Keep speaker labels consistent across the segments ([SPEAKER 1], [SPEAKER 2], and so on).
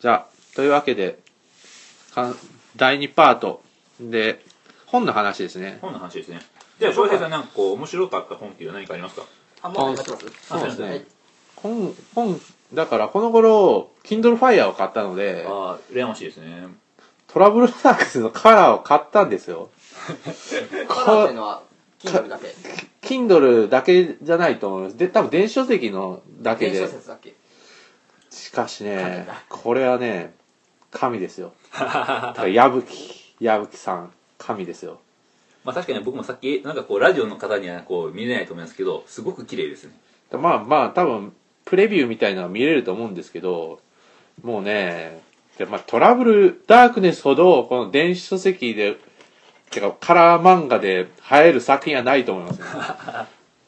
[SPEAKER 1] じゃあ、というわけで、かん第2パートで、本の話ですね。
[SPEAKER 2] 本の話ですねじゃあ翔平さんなんかこう面白かった本っていうのは何かありますか
[SPEAKER 3] あ、もう始まってます。
[SPEAKER 1] そうですね。
[SPEAKER 3] はい
[SPEAKER 1] 本、本、だからこの頃、Kindle Fire を買ったので、
[SPEAKER 2] ああ羨ましいですね
[SPEAKER 1] トラブルサークスのカラーを買ったんですよ。
[SPEAKER 3] カラーっていうのは、キングだけ。
[SPEAKER 1] Kindle だけじゃないと思います。で、多分電子書籍のだけ
[SPEAKER 3] 電子
[SPEAKER 1] で
[SPEAKER 3] 小。説だけ。
[SPEAKER 1] しかし
[SPEAKER 3] 神
[SPEAKER 1] ね
[SPEAKER 3] だ、
[SPEAKER 1] これはね、神です よ。だから矢吹、矢吹さん、神ですよ。
[SPEAKER 2] まあ確かに僕もさっきなんかこうラジオの方にはこう見れないと思いますけどすごく綺麗ですね
[SPEAKER 1] まあまあ、多分、プレビューみたいなのは見れると思うんですけど、もうね、でまあ、トラブル、ダークネスほど、この電子書籍で、てか、カラー漫画で映える作品はないと思い ますね。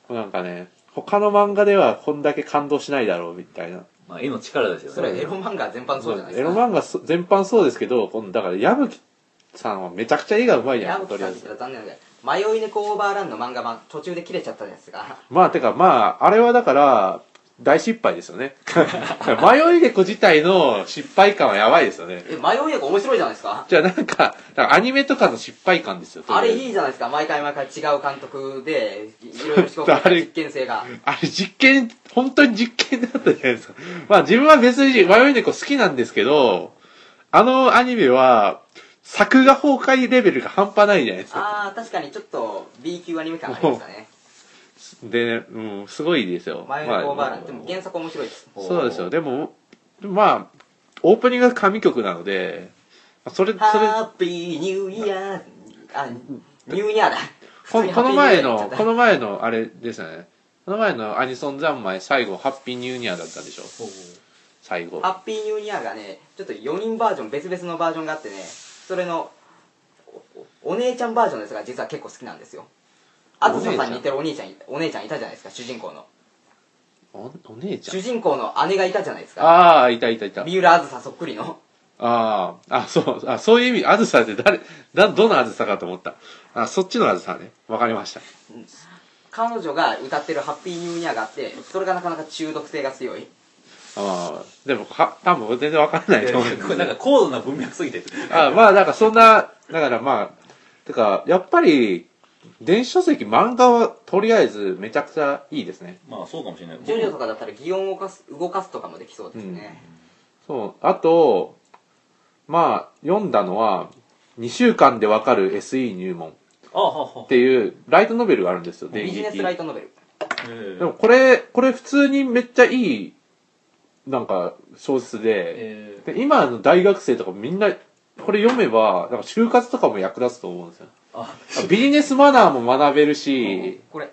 [SPEAKER 1] もうなんかね、他の漫画ではこんだけ感動しないだろう、みたいな。
[SPEAKER 2] まあ絵の力ですよね
[SPEAKER 3] それはエロ漫画全般そうじゃないで
[SPEAKER 1] エ
[SPEAKER 3] すか。
[SPEAKER 1] ロ漫画そ全般そうですけど、このだから、矢吹さんはめちゃくちゃ絵がうまいじゃ
[SPEAKER 3] 山
[SPEAKER 1] ん、とり
[SPEAKER 3] 口さ
[SPEAKER 1] あえ
[SPEAKER 3] んって
[SPEAKER 1] ず。
[SPEAKER 3] 言ったら残念だけど、迷い猫オーバーランの漫画版、途中で切れちゃったんですが、
[SPEAKER 1] まあ、てか、まあ、あれはだから、大失敗ですよ ね。迷い猫自体の失敗感はやばいですよね。
[SPEAKER 3] え、迷い猫面白いじゃないですか。
[SPEAKER 1] じゃあなんか、だからアニメとかの失敗感ですよ。
[SPEAKER 3] あれ
[SPEAKER 1] い
[SPEAKER 3] いいじゃないですか、毎回毎回違う監督で、いいろいろ試行
[SPEAKER 1] あ
[SPEAKER 3] 錯誤
[SPEAKER 1] れ
[SPEAKER 3] 実験 性が。
[SPEAKER 1] あれ実験、本当に実験だったじゃないですか。まあ自分は別に迷い猫好きなんですけど、あのアニメは、作画崩壊レベルが半端ないじゃないですか。
[SPEAKER 3] あー、確かにちょっと B 級アニメ感ありました ね。
[SPEAKER 1] で、うん、すごいですよ。
[SPEAKER 3] 迷い猫オーバー
[SPEAKER 1] ま
[SPEAKER 3] ラン、
[SPEAKER 1] あ
[SPEAKER 3] でも原作面白いです。
[SPEAKER 1] そうですよ。でも、まあ、オープニングが神曲なので、それ、それ、
[SPEAKER 3] ハッピーニューイヤー、あ、ニューイヤーだ。
[SPEAKER 1] こ
[SPEAKER 3] 普通に
[SPEAKER 1] この前の、
[SPEAKER 3] ハッ
[SPEAKER 1] こ
[SPEAKER 3] ピーニューイヤー言っちゃっ
[SPEAKER 1] の前のあれですよね。この前のアニソン三昧、最後、ハッピーニューニャーだったでしょ
[SPEAKER 2] ほう
[SPEAKER 1] 最後
[SPEAKER 3] た。ハッピーニューイヤーがね、ちょっと4人バージョン、別々のバージョンがあってね、それの、おおお姉ちゃんバージョンですが、実は結構好きなんですよ。あとさんに似てるお兄ちゃん、お姉ちゃんいたじゃないですか、主人公の。
[SPEAKER 1] おお姉ちゃん
[SPEAKER 3] 主人公の姉がいたじゃないですか。
[SPEAKER 1] ああ、いたいたいた。
[SPEAKER 3] 三浦あずさそっくりの。
[SPEAKER 1] ああ、あ、そう、あ、そういう意味、あずさって誰、だ、どのあずさかと思った。あ、そっちのあずさね。わかりました。
[SPEAKER 3] 彼女が歌ってるハッピーニューイヤーがあって、それがなかなか中毒性が強い。
[SPEAKER 1] ああ、でも、は、多分全然わかんないい
[SPEAKER 2] やい
[SPEAKER 1] と思う
[SPEAKER 2] やこれ なんか高度な文脈すぎて
[SPEAKER 1] あまあ、なんかそんな、だからまあ、てか、やっぱり、電子書籍、漫画はとりあえずめちゃくちゃいいですね。
[SPEAKER 2] まあそうかもしれない
[SPEAKER 3] ジョジョとかだったら擬音を動かす動かすとかもできそうですね。
[SPEAKER 1] そう。あと、まあ、読んだのは、2週間でわかる SE 入門
[SPEAKER 2] あはは
[SPEAKER 1] っていうライトノベルがあるんですよ、
[SPEAKER 3] ビジネスライトノベル。
[SPEAKER 1] でもこれ、これ普通にめっちゃいい、なんか、小説で、
[SPEAKER 2] え
[SPEAKER 1] で今の大学生とかみんな、これ読めば、なんか就活とかも役立つと思うん ですよ。
[SPEAKER 2] あ
[SPEAKER 1] ビジネスマナーも学べるし、
[SPEAKER 3] これ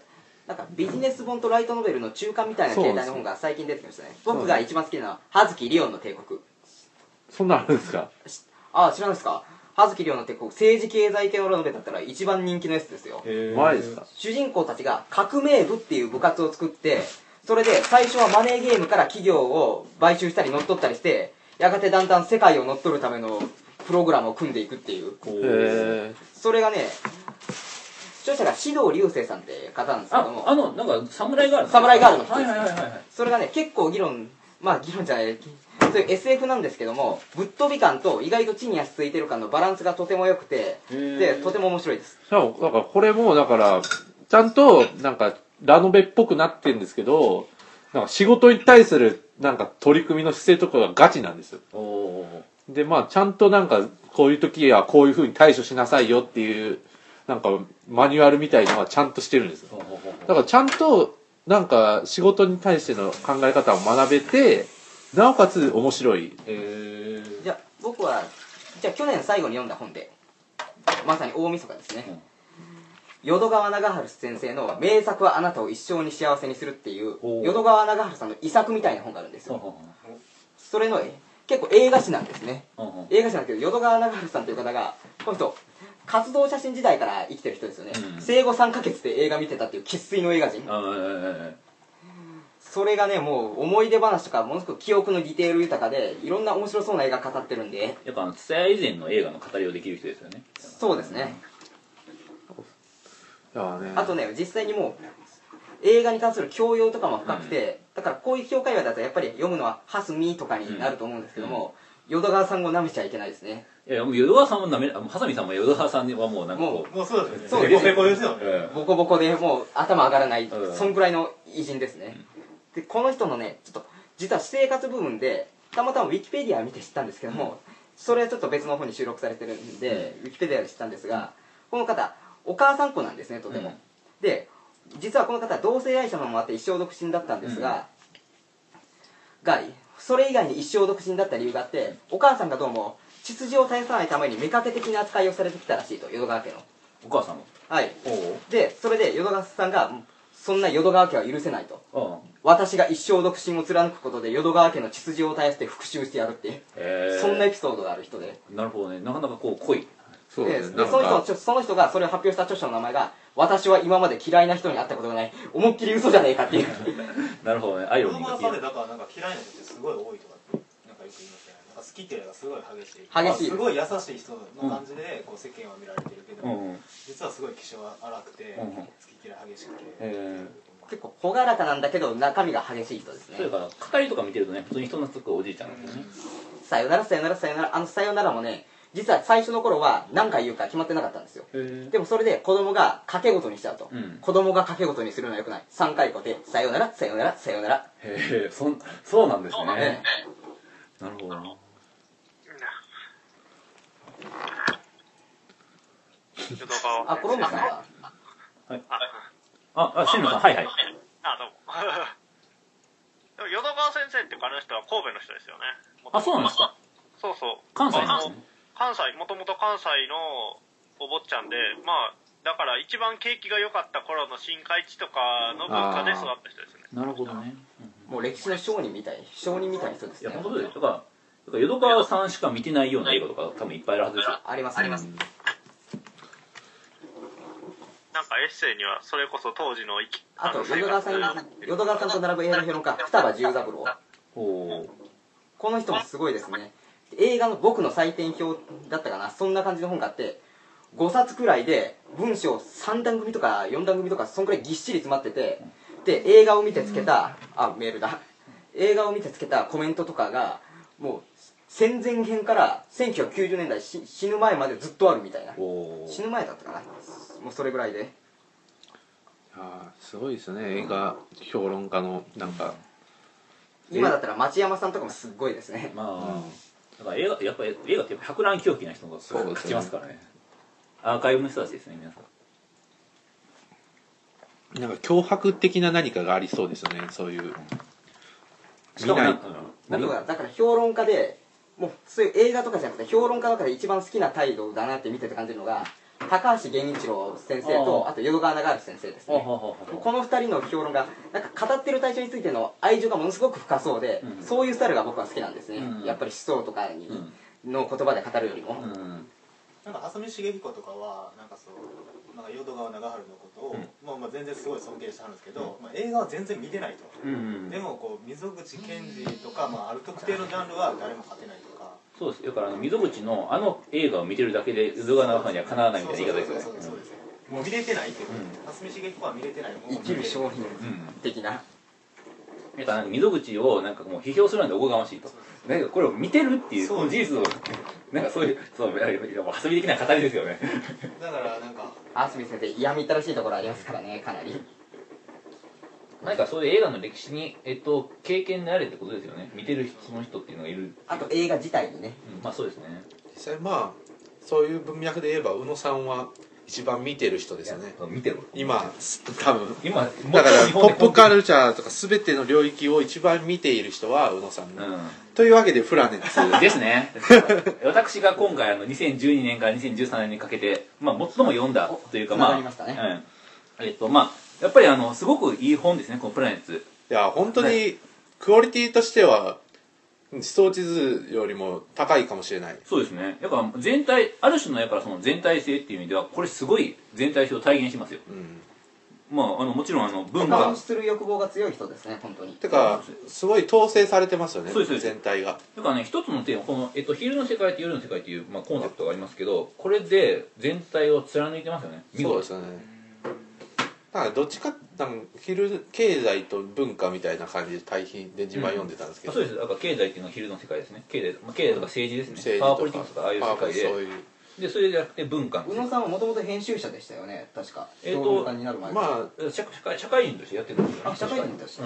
[SPEAKER 3] なんかビジネス本とライトノベルの中間みたいな形態の本が最近出てきましたね
[SPEAKER 1] う
[SPEAKER 3] 僕が一番好きなのは「葉月リオンの帝国
[SPEAKER 1] そんなんあるんですか」
[SPEAKER 3] ああ知らないですか葉月リオンの帝国政治経済系のラノベだったら一番人気のやつですよ
[SPEAKER 1] マジですか
[SPEAKER 3] 主人公たちが革命部っていう部活を作ってそれで最初はマネーゲームから企業を買収したり乗っ取ったりしてやがてだんだん世界を乗っ取るためのプログラムを組んでいくっていう
[SPEAKER 2] こう
[SPEAKER 1] へー
[SPEAKER 3] それがね著者が獅童流星さんって方なんですけど
[SPEAKER 2] あ
[SPEAKER 3] も
[SPEAKER 2] あのなんか侍ガールの
[SPEAKER 3] 侍ガールの人
[SPEAKER 2] は
[SPEAKER 3] で
[SPEAKER 2] い
[SPEAKER 3] す
[SPEAKER 2] はいはいはい
[SPEAKER 3] それがね結構議論まあ議論じゃないそういう SF なんですけどもぶっ飛び感と意外と地に足ついてる感のバランスがとても良くて
[SPEAKER 2] へー
[SPEAKER 3] でとても面白いです
[SPEAKER 1] しかも、だからこれも、だから、ちゃんと、なんか、ラノベっぽくなってるんですけど、なんか仕事に対する、なんか取り組みの姿勢とかがガチなんですよ。
[SPEAKER 2] おお
[SPEAKER 1] で、まあ、ちゃんとなんか、こういう時はこういう風に対処しなさいよっていう、なんか、マニュアルみたいのはちゃんとしてるんですよ。だから、ちゃんと、なんか、仕事に対しての考え方を学べて、なおかつ面白い。
[SPEAKER 2] え
[SPEAKER 3] じゃあ僕はじゃあ去年最後に読んだ本でまさに大晦日ですね、
[SPEAKER 2] うん
[SPEAKER 3] 淀川長春先生の「名作はあなたを一生に幸せにする」っていう
[SPEAKER 2] おー
[SPEAKER 3] 淀川長春さんの遺作みたいな本があるんですよそれのえ結構映画史なんですね映画じゃなくて淀川長春さんという方がこの人活動写真時代から生きてる人ですよね、
[SPEAKER 2] うん
[SPEAKER 3] 生後3ヶ月で映画見てたっていう生粋の映画人それがねもう思い出話とかものすごく記憶のディテール豊かでいろんな面白そうな映画語ってるんで
[SPEAKER 2] やっぱあの蔦屋以前の映画の語りをできる人ですよね
[SPEAKER 3] そうですね
[SPEAKER 1] だからね。
[SPEAKER 3] あとね実際にもう映画に関する教養とかも深くて、だからこういう評価会話だとやっぱり読むのは「ハスミ」とかになると思うんですけども、淀川さんを舐めちゃいけないですね
[SPEAKER 2] いや、もう淀川さんもなめ、あもうハサミさんも淀川さんはもうなんかこ
[SPEAKER 4] もうそうです
[SPEAKER 3] そう
[SPEAKER 4] よね。
[SPEAKER 3] です
[SPEAKER 4] ペコペコです
[SPEAKER 2] う、
[SPEAKER 4] よね。
[SPEAKER 2] え
[SPEAKER 3] ボコボコでもう頭上がらない、
[SPEAKER 2] うん
[SPEAKER 3] そんくらいの偉人ですね、でこの人のねちょっと実は私生活部分でたまたまウィキペディア見て知ったんですけども、それはちょっと別の方に収録されてるんで、ウィキペディアで知ったんですが、この方お母さん子なんですねとても、
[SPEAKER 2] うん
[SPEAKER 3] で実はこの方同性愛者のもあって一生独身だったんですが、がそれ以外に一生独身だった理由があってお母さんがどうも血筋を絶やさないために妾的な扱いをされてきたらしいと淀川家の
[SPEAKER 2] お母さんも。
[SPEAKER 3] はい
[SPEAKER 2] おう
[SPEAKER 3] でそれで淀川さんがそんな淀川家は許せないと
[SPEAKER 2] おう。
[SPEAKER 3] 私が一生独身を貫くことで淀川家の血筋を絶やして復讐してやるっていう、
[SPEAKER 2] えー
[SPEAKER 3] そんなエピソードがある人で
[SPEAKER 2] なるほどね。なかなかこう、濃い。
[SPEAKER 5] そう
[SPEAKER 3] で
[SPEAKER 5] で
[SPEAKER 3] ですそ
[SPEAKER 5] ね。なん
[SPEAKER 3] の人の
[SPEAKER 5] か
[SPEAKER 3] ち、ょその人がそれを発表した著書の名前が「私は今まで嫌いな人に会ったことがない思いっきり嘘じゃねえ か」っていう
[SPEAKER 2] なるほどね。アイ
[SPEAKER 4] 子
[SPEAKER 2] ロニー
[SPEAKER 4] 供
[SPEAKER 2] が
[SPEAKER 4] の
[SPEAKER 2] 効いて
[SPEAKER 4] 中で
[SPEAKER 2] る。
[SPEAKER 4] だからなんか嫌いな人ってすごい多いとかってなんかよく言いますよね。なんか好きっていうのがすごい激しい。
[SPEAKER 3] 激しい
[SPEAKER 4] すごい優しい人の感じでこう世間は見られてるけど、
[SPEAKER 2] うんうん。
[SPEAKER 4] 実はすごい気性は荒くて、
[SPEAKER 2] うんうん
[SPEAKER 4] 好き嫌い激しくて。
[SPEAKER 2] え
[SPEAKER 3] 結構朗らかなんだけど中身が激しい人です
[SPEAKER 2] ー、それ
[SPEAKER 3] ね
[SPEAKER 2] から、語りとか見てるとね、普通に人懐っこいおじいちゃんなんですよね。
[SPEAKER 3] 「さよならさよならさよなら」あの「さよなら」もね実は最初の頃は何回言うか決まってなかったんですよ
[SPEAKER 2] えー、
[SPEAKER 3] でもそれで子供が賭け事にしちゃうと、
[SPEAKER 2] うん
[SPEAKER 3] 子供が賭け事にするのはよくない3回こで「さよならさよならさよなら
[SPEAKER 2] へえ、そん、そうなんです
[SPEAKER 3] なんですね
[SPEAKER 2] ね。なるほどな。」
[SPEAKER 6] 淀川
[SPEAKER 3] あコロンブスさんは
[SPEAKER 6] あ
[SPEAKER 2] あ、あ、しんのさん、はいはい。
[SPEAKER 6] あどうもでも淀 川先生っていうかあの人は神戸の人ですよね
[SPEAKER 2] あ、そうなんですか。
[SPEAKER 6] そうそう
[SPEAKER 2] 関西なんですね。
[SPEAKER 6] 関西もともと関西のお坊ちゃんでまあだから一番景気が良かった頃の新海地とかの文化で育った人ですね
[SPEAKER 2] なるほどね。
[SPEAKER 3] もう歴史の商人みたい商人みたいな人です
[SPEAKER 2] い
[SPEAKER 3] ね
[SPEAKER 2] や、本当ですよ。だから、だから淀川さんしか見てないような映画とか多分いっぱいあるはずですよ。
[SPEAKER 3] ありますあります、
[SPEAKER 6] なんかエッセイにはそれこそ当時の生き
[SPEAKER 3] あと
[SPEAKER 6] の
[SPEAKER 3] 淀川さん淀川さんと並ぶ映画評論家双葉十三郎
[SPEAKER 2] おー
[SPEAKER 3] この人もすごいですね映画の僕の採点表だったかなそんな感じの本があって5冊くらいで文章3段組とか4段組とかそんくらいぎっしり詰まっててで映画を見てつけたあメールだ映画を見てつけたコメントとかがもう戦前編から1990年代し死ぬ前までずっとあるみたいな
[SPEAKER 2] お
[SPEAKER 3] 死
[SPEAKER 2] ー
[SPEAKER 3] ぬ前だったかなもうそれぐらいで
[SPEAKER 5] あーすごいですね。映画評論家の、なんか、
[SPEAKER 3] 今だったら町山さんとかもすっごいですね
[SPEAKER 2] ま
[SPEAKER 5] うん
[SPEAKER 2] あ、だから映画、やっぱり映画ってやっぱ百乱狂気な人が
[SPEAKER 5] そうですね
[SPEAKER 2] 勝ちますからね。アーカイブの人たちですね、皆さん。
[SPEAKER 5] なんか脅迫的な何かがありそうですよね。そういう。
[SPEAKER 2] しかもなん
[SPEAKER 5] 見
[SPEAKER 2] か、
[SPEAKER 3] 僕
[SPEAKER 2] うん
[SPEAKER 3] はだから評論家でもうそういう映画とかじゃなくて評論家の中で一番好きな態度だなって見てて感じるのが高橋源一郎先生と
[SPEAKER 2] ああ
[SPEAKER 3] あと淀川長春先生です
[SPEAKER 2] あは
[SPEAKER 3] ね
[SPEAKER 2] はは
[SPEAKER 3] この二人の評論がなんか語ってる対象についての愛情がものすごく深そうで、
[SPEAKER 2] うん
[SPEAKER 3] そういうスタイルが僕は好きなんですね、
[SPEAKER 2] うん
[SPEAKER 3] やっぱり思想とかに、
[SPEAKER 2] うん
[SPEAKER 3] の言葉で語るよりも、
[SPEAKER 2] うん。
[SPEAKER 4] なんか蓮見茂彦とかはなんかそうなんか淀川長春のことを、
[SPEAKER 2] うん
[SPEAKER 4] まあ、まあ全然すごい尊敬してはるんですけど、まあ、映画は全然見てないと、
[SPEAKER 2] うん
[SPEAKER 4] でもこう溝口健二とか、まあ、ある特定のジャンルは誰も勝てないとか
[SPEAKER 2] そうです。だから、あの溝口のあの映画を見てるだけで、淀川長さんにはかなわないみたいな言い方です
[SPEAKER 4] そう
[SPEAKER 2] よ
[SPEAKER 4] そう
[SPEAKER 2] ね
[SPEAKER 4] そうそうですもう見れてないっていう
[SPEAKER 2] うん
[SPEAKER 4] 蓮見茂彦は見れてないも
[SPEAKER 3] 生きる
[SPEAKER 2] うん。う
[SPEAKER 3] 商品
[SPEAKER 2] ん
[SPEAKER 3] 的な、
[SPEAKER 2] なんか溝口をなんかもう批評するなんておこがましいと。なんかこれを見てるっていう、
[SPEAKER 4] そう
[SPEAKER 2] この事実を、なんかそういう、そう、いやいや遊び的な語りですよ ね。
[SPEAKER 4] だからなんか
[SPEAKER 3] あすみ先生嫌みったらしいところありますからねかなり
[SPEAKER 2] 何かそういう映画の歴史に、えっと、経験であれってことですよね。見てる人、その人っていうのがいる。
[SPEAKER 3] あと映画自体にね
[SPEAKER 2] うん、まあそうですね。
[SPEAKER 1] 実際まあそういう文脈で言えば宇野さんは一番見てる人ですよね
[SPEAKER 2] いや見てる。
[SPEAKER 1] 今す多分
[SPEAKER 2] 今、
[SPEAKER 1] だからポップカ
[SPEAKER 2] ル。
[SPEAKER 1] ルチャーとか全ての領域を一番見ている人は宇野さん、
[SPEAKER 2] うん。
[SPEAKER 1] というわけでフラネッツ
[SPEAKER 2] で すね。私が今回あの2012年から2013年にかけて、まあ、最も読んだというか、
[SPEAKER 3] お
[SPEAKER 2] まあ、
[SPEAKER 3] 繋がりましたね
[SPEAKER 2] うんえっと、まあ、やっぱりあの、すごくいい本ですね、このプラネッツ。
[SPEAKER 1] いや本当
[SPEAKER 2] は
[SPEAKER 1] にクオリティとしては思想地図よりも高いかもしれない
[SPEAKER 2] そうですね。やっぱ全体、ある種のやっぱその全体性っていう意味では、これすごい全体性を体現してますよ。
[SPEAKER 1] うん
[SPEAKER 2] まあ、あの、もちろんあの、文
[SPEAKER 3] 保
[SPEAKER 2] 化
[SPEAKER 3] 存。する欲望が強い人ですね本当に
[SPEAKER 1] てかすごい統制されてますよね
[SPEAKER 2] そうですそうです
[SPEAKER 1] 全体が
[SPEAKER 2] だからね、一つのテーマ、この、えっと、昼の世界と夜の世界っていう、まあ、コンセプトがありますけど、これで全体を貫いてますよね。見
[SPEAKER 1] そう
[SPEAKER 2] 事
[SPEAKER 1] ですよねなんかどっちかなんか昼経済と文化みたいな感じで対比で自分は読んでたんですけ
[SPEAKER 2] あ
[SPEAKER 1] ど、
[SPEAKER 2] そうですだから経済っていうのは昼の世界ですね経済,、まあ、経済とか政治です
[SPEAKER 1] 政
[SPEAKER 2] ね
[SPEAKER 1] 治
[SPEAKER 2] パワーポリティクスとかああいう世界
[SPEAKER 1] パワーポ
[SPEAKER 2] で
[SPEAKER 1] リそういう
[SPEAKER 2] でそれじゃなくて文化なんで
[SPEAKER 3] 宇
[SPEAKER 2] すよ
[SPEAKER 3] 野さんはもともと編集者でしたよね確か
[SPEAKER 2] えっと
[SPEAKER 3] 評論家になる前から
[SPEAKER 1] ま
[SPEAKER 2] 社社会社会人としてやってるんですよね
[SPEAKER 3] あ社会人として